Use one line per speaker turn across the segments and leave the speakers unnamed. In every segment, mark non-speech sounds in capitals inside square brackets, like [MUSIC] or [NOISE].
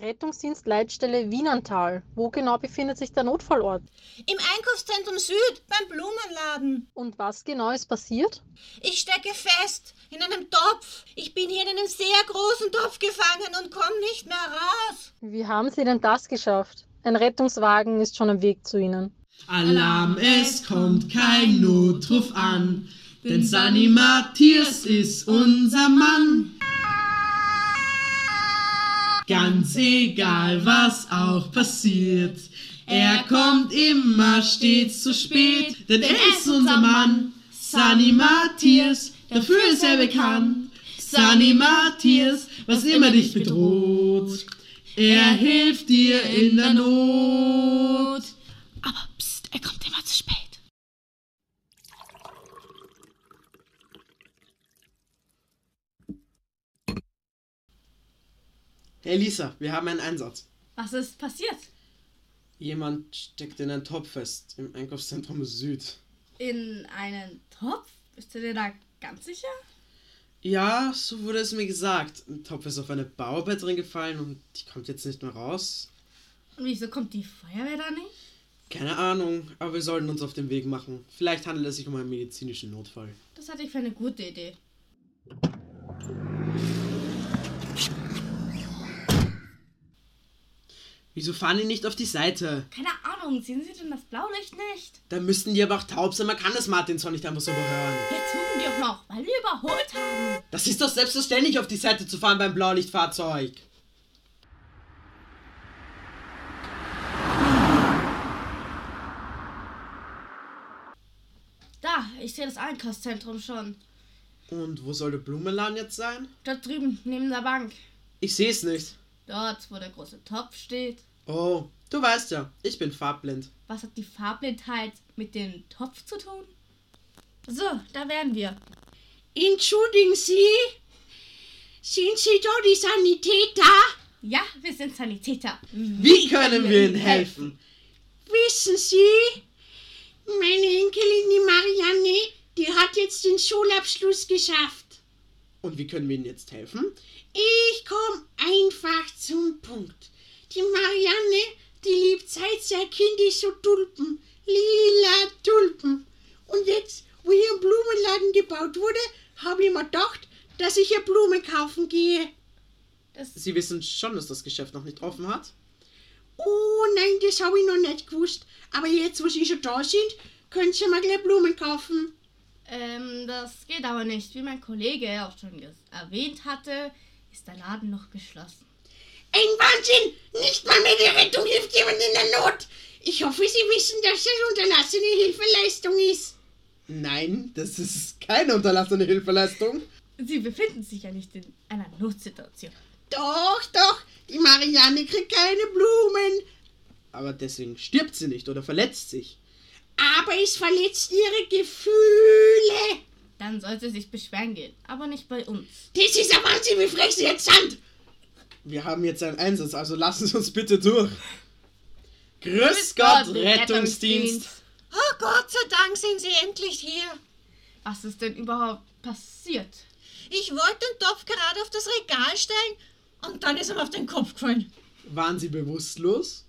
Rettungsdienstleitstelle Wienerntal. Wo genau befindet sich der Notfallort?
Im Einkaufszentrum Süd, beim Blumenladen.
Und was genau ist passiert?
Ich stecke fest in einem Topf. Ich bin hier in einem sehr großen Topf gefangen und komme nicht mehr raus.
Wie haben Sie denn das geschafft? Ein Rettungswagen ist schon am Weg zu Ihnen.
Alarm, es kommt kein Notruf an, denn Sani Matthias ist unser Mann. Ganz egal, was auch passiert, er kommt immer stets zu spät, denn er ist unser Mann. Sani Matthias, dafür ist er bekannt. Sani Matthias, was immer dich bedroht, er hilft dir in der Not.
Aber pst, er kommt immer zu spät.
Hey Lisa, wir haben einen Einsatz.
Was ist passiert?
Jemand steckt in einen Topf fest im Einkaufszentrum Süd.
In einen Topf? Bist du dir da ganz sicher?
Ja, so wurde es mir gesagt. Ein Topf ist auf eine Bauarbeiterin gefallen und die kommt jetzt nicht mehr raus.
Und wieso kommt die Feuerwehr da nicht?
Keine Ahnung, aber wir sollten uns auf den Weg machen. Vielleicht handelt es sich um einen medizinischen Notfall.
Das hatte ich für eine gute Idee.
Wieso fahren die nicht auf die Seite?
Keine Ahnung, sehen Sie denn das Blaulicht nicht?
Da müssten die aber auch taub sein. Man kann das Martinshorn nicht einfach so überhören.
Jetzt rufen die auch noch, weil wir überholt haben.
Das ist doch selbstverständlich, auf die Seite zu fahren beim Blaulichtfahrzeug.
Da, ich sehe das Einkaufszentrum schon.
Und wo soll der Blumenladen jetzt sein?
Dort drüben, neben der Bank.
Ich sehe es nicht.
Dort, wo der große Topf steht.
Oh, du weißt ja, ich bin farbblind.
Was hat die Farbblindheit mit dem Topf zu tun? So, da wären wir.
Entschuldigen Sie, sind Sie doch die Sanitäter?
Ja, wir sind Sanitäter. Mhm.
Wie können wir Ihnen helfen?
Wissen Sie, meine Enkelin, die Marianne, die hat jetzt den Schulabschluss geschafft.
Und wie können wir Ihnen jetzt helfen?
Ich komme einfach zum Punkt. Die Marianne, die liebt seit sie ein Kind ist so Tulpen, lila Tulpen. Und jetzt, wo hier ein Blumenladen gebaut wurde, habe ich mir gedacht, dass ich ihr Blumen kaufen gehe.
Das,
Sie wissen schon, dass das Geschäft noch nicht offen hat.
Oh nein, das habe ich noch nicht gewusst. Aber jetzt, wo sie schon da sind, können sie mir gleich Blumen kaufen.
ähm, das geht aber nicht. Wie mein Kollege auch schon ges- erwähnt hatte, ist der Laden noch geschlossen.
Ein Wahnsinn! Nicht mal mehr die Rettung hilft jemand in der Not. Ich hoffe, Sie wissen, dass das unterlassene Hilfeleistung ist.
Nein, das ist keine unterlassene Hilfeleistung.
Sie befinden sich ja nicht in einer Notsituation.
Doch, doch, die Marianne kriegt keine Blumen.
Aber deswegen stirbt sie nicht oder verletzt sich.
Aber es verletzt ihre Gefühle.
Dann soll sie sich beschweren gehen, aber nicht bei uns.
Das ist ein Wahnsinn, wie frech Sie jetzt sind.
Wir haben jetzt einen Einsatz, also lassen Sie uns bitte durch. Grüß, Gott, Rettungsdienst.
Oh Gott sei Dank sind Sie endlich hier.
Was ist denn überhaupt passiert?
Ich wollte den Topf gerade auf das Regal stellen und dann ist er mir auf den Kopf gefallen.
Waren Sie bewusstlos?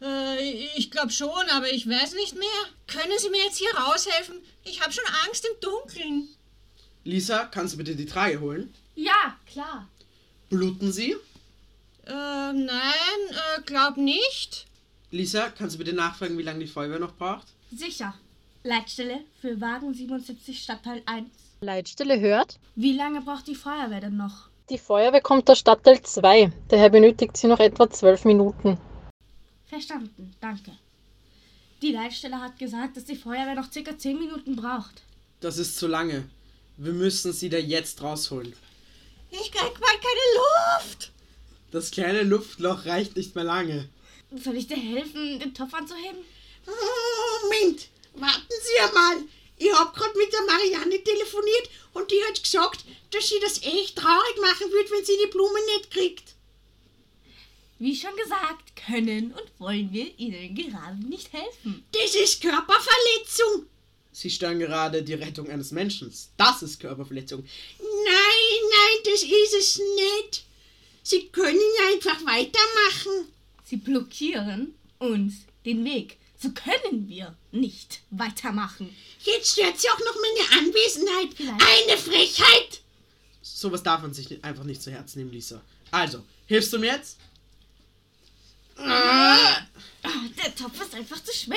Äh, ich glaube schon, aber ich weiß nicht mehr. Können Sie mir jetzt hier raushelfen? Ich habe schon Angst im Dunkeln.
Lisa, kannst du bitte die Trage holen?
Ja, klar.
Bluten Sie?
Ähm, nein, äh, glaub nicht.
Lisa, kannst du bitte nachfragen, wie lange die Feuerwehr noch braucht?
Sicher. Leitstelle für Wagen 77 Stadtteil 1.
Leitstelle hört.
Wie lange braucht die Feuerwehr denn noch?
Die Feuerwehr kommt aus Stadtteil 2. Daher benötigt sie noch etwa zwölf Minuten.
Verstanden, danke. Die Leitstelle hat gesagt, dass die Feuerwehr noch circa 10 Minuten braucht.
Das ist zu lange. Wir müssen sie da jetzt rausholen.
Ich krieg mal keine Luft.
Das kleine Luftloch reicht nicht mehr lange.
Soll ich dir helfen, den Topf anzuheben?
Oh, Moment, warten Sie einmal. Ich habe gerade mit der Marianne telefoniert und die hat gesagt, dass sie das echt traurig machen wird, wenn sie die Blumen nicht kriegt.
Wie schon gesagt, können und wollen wir Ihnen gerade nicht helfen.
Das ist Körperverletzung.
Sie stören gerade die Rettung eines Menschen. Das ist Körperverletzung.
Nein, nein, das ist es nicht. Sie können ja einfach weitermachen.
Sie blockieren uns den Weg. So können wir nicht weitermachen.
Jetzt stört sie auch noch meine Anwesenheit.
Vielleicht.
Eine Frechheit!
Sowas darf man sich ni- einfach nicht zu Herzen nehmen, Lisa. Also, hilfst du mir jetzt?
Ah, der Topf ist einfach zu schwer,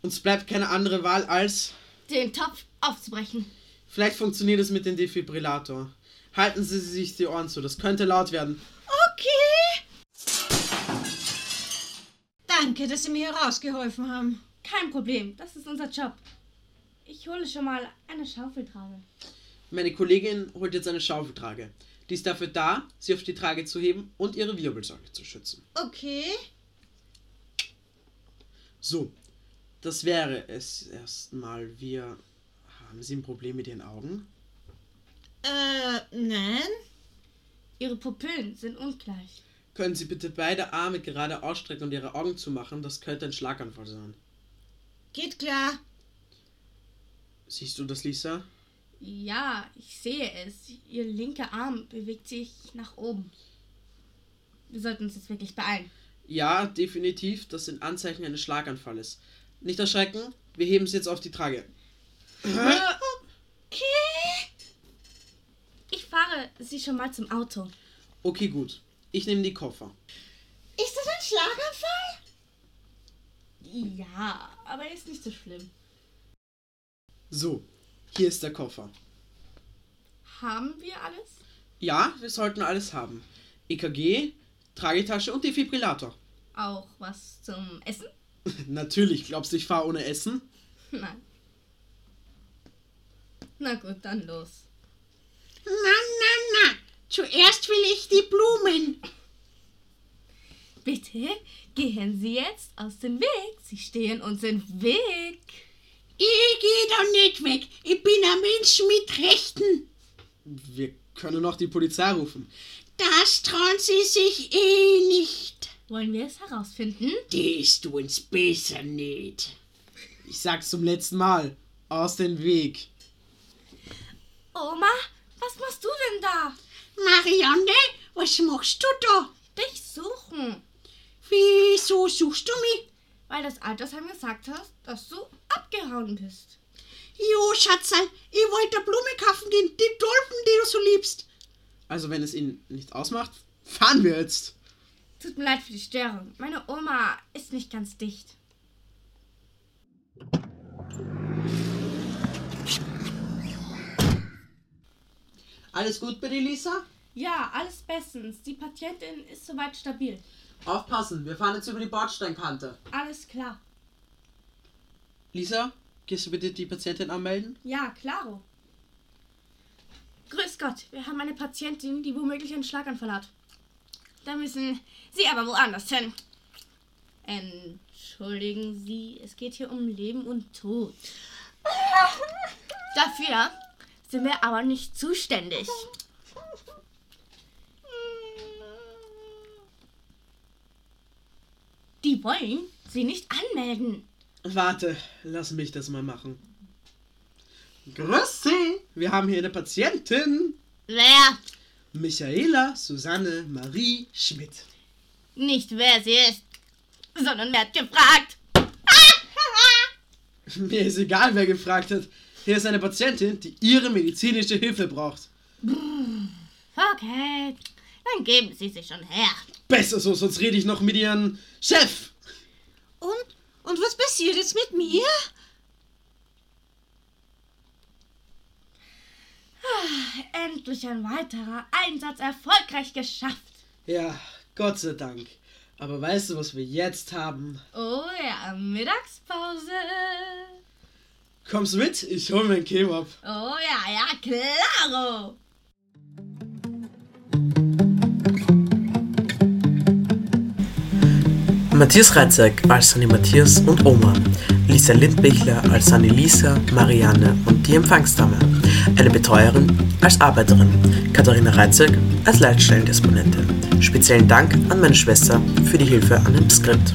Uns bleibt keine andere Wahl als.
den Topf aufzubrechen.
Vielleicht funktioniert es mit dem Defibrillator. Halten Sie sich die Ohren zu, das könnte laut werden.
Okay. Danke, dass Sie mir herausgeholfen haben.
Kein Problem, das ist unser Job. Ich hole schon mal eine Schaufeltrage.
Meine Kollegin holt jetzt eine Schaufeltrage. Die ist dafür da, sie auf die Trage zu heben und ihre Wirbelsäule zu schützen.
Okay.
So, das wäre es erstmal. Wir. Haben Sie ein Problem mit Ihren Augen?
Äh, nein.
Ihre Pupillen sind ungleich.
Können Sie bitte beide Arme gerade ausstrecken und Ihre Augen zumachen? Das könnte ein Schlaganfall sein.
Geht klar.
Siehst du das, Lisa?
Ja, ich sehe es. Ihr linker Arm bewegt sich nach oben. Wir sollten uns jetzt wirklich beeilen.
Ja, definitiv. Das sind Anzeichen eines Schlaganfalles. Nicht erschrecken, wir heben es jetzt auf die Trage.
Ich fahre Sie schon mal zum Auto.
Okay, gut. Ich nehme die Koffer.
Ist das ein Schlaganfall?
Ja, aber ist nicht so schlimm.
So, hier ist der Koffer.
Haben wir alles?
Ja, wir sollten alles haben. EKG, Tragetasche und Defibrillator. [LAUGHS]
Auch was zum Essen? [LAUGHS]
Natürlich, glaubst du, ich fahre ohne Essen?
Nein. Na gut, dann los.
Na, na, na. Zuerst will ich die Blumen.
Bitte gehen Sie jetzt aus dem Weg. Sie stehen uns im Weg.
Ich geh da nicht weg. Ich bin ein Mensch mit Rechten.
Wir können noch die Polizei rufen.
Das trauen sie sich eh nicht.
Wollen wir es herausfinden?
Das tun's besser nicht.
Ich sag's zum letzten Mal. Aus dem Weg.
Oma, was machst du denn da?
Marianne, was machst du da?
Dich suchen.
Wieso suchst du mich?
Weil das Altersheim gesagt hast, dass du abgehauen bist.
Jo, Schatzal, ich wollte eine Blume kaufen gehen, die Tulpen, die du so liebst.
Also, wenn es Ihnen nicht ausmacht, fahren wir jetzt.
Tut mir leid für die Störung. Meine Oma ist nicht ganz dicht.
Alles gut bei dir, Lisa?
Ja, alles bestens. Die Patientin ist soweit stabil.
Aufpassen, wir fahren jetzt über die Bordsteinkante.
Alles klar.
Lisa, gehst du bitte die Patientin anmelden?
Ja, klaro. Grüß Gott, wir haben eine Patientin, die womöglich einen Schlaganfall hat. Da müssen Sie aber woanders hin. Entschuldigen Sie, es geht hier um Leben und Tod. Dafür sind wir aber nicht zuständig. Die wollen Sie nicht anmelden.
Warte, lass mich das mal machen. Grüß Sie! Wir haben hier eine Patientin.
Wer?
Michaela Susanne Marie Schmidt.
Nicht wer sie ist, sondern wer hat gefragt.
Mir ist egal, wer gefragt hat. Hier ist eine Patientin, die ihre medizinische Hilfe braucht.
Okay, dann geben sie sich schon her.
Besser so, sonst rede ich noch mit ihrem Chef.
Und? Und was passiert jetzt mit mir?
Endlich ein weiterer Einsatz erfolgreich geschafft.
Ja, Gott sei Dank. Aber weißt du, was wir jetzt haben?
Oh ja, Mittagspause.
Kommst du mit? Ich hol mir ein Kebab.
Oh ja, ja, klaro.
Matthias Reitzek als Sanni Matthias und Oma, Lisa Lindbichler als Sanni Lisa, Marianne und die Empfangsdame, eine Betreuerin als Arbeiterin, Katharina Reitzek als Leitstellendisponentin. Speziellen Dank an meine Schwester für die Hilfe an dem Skript.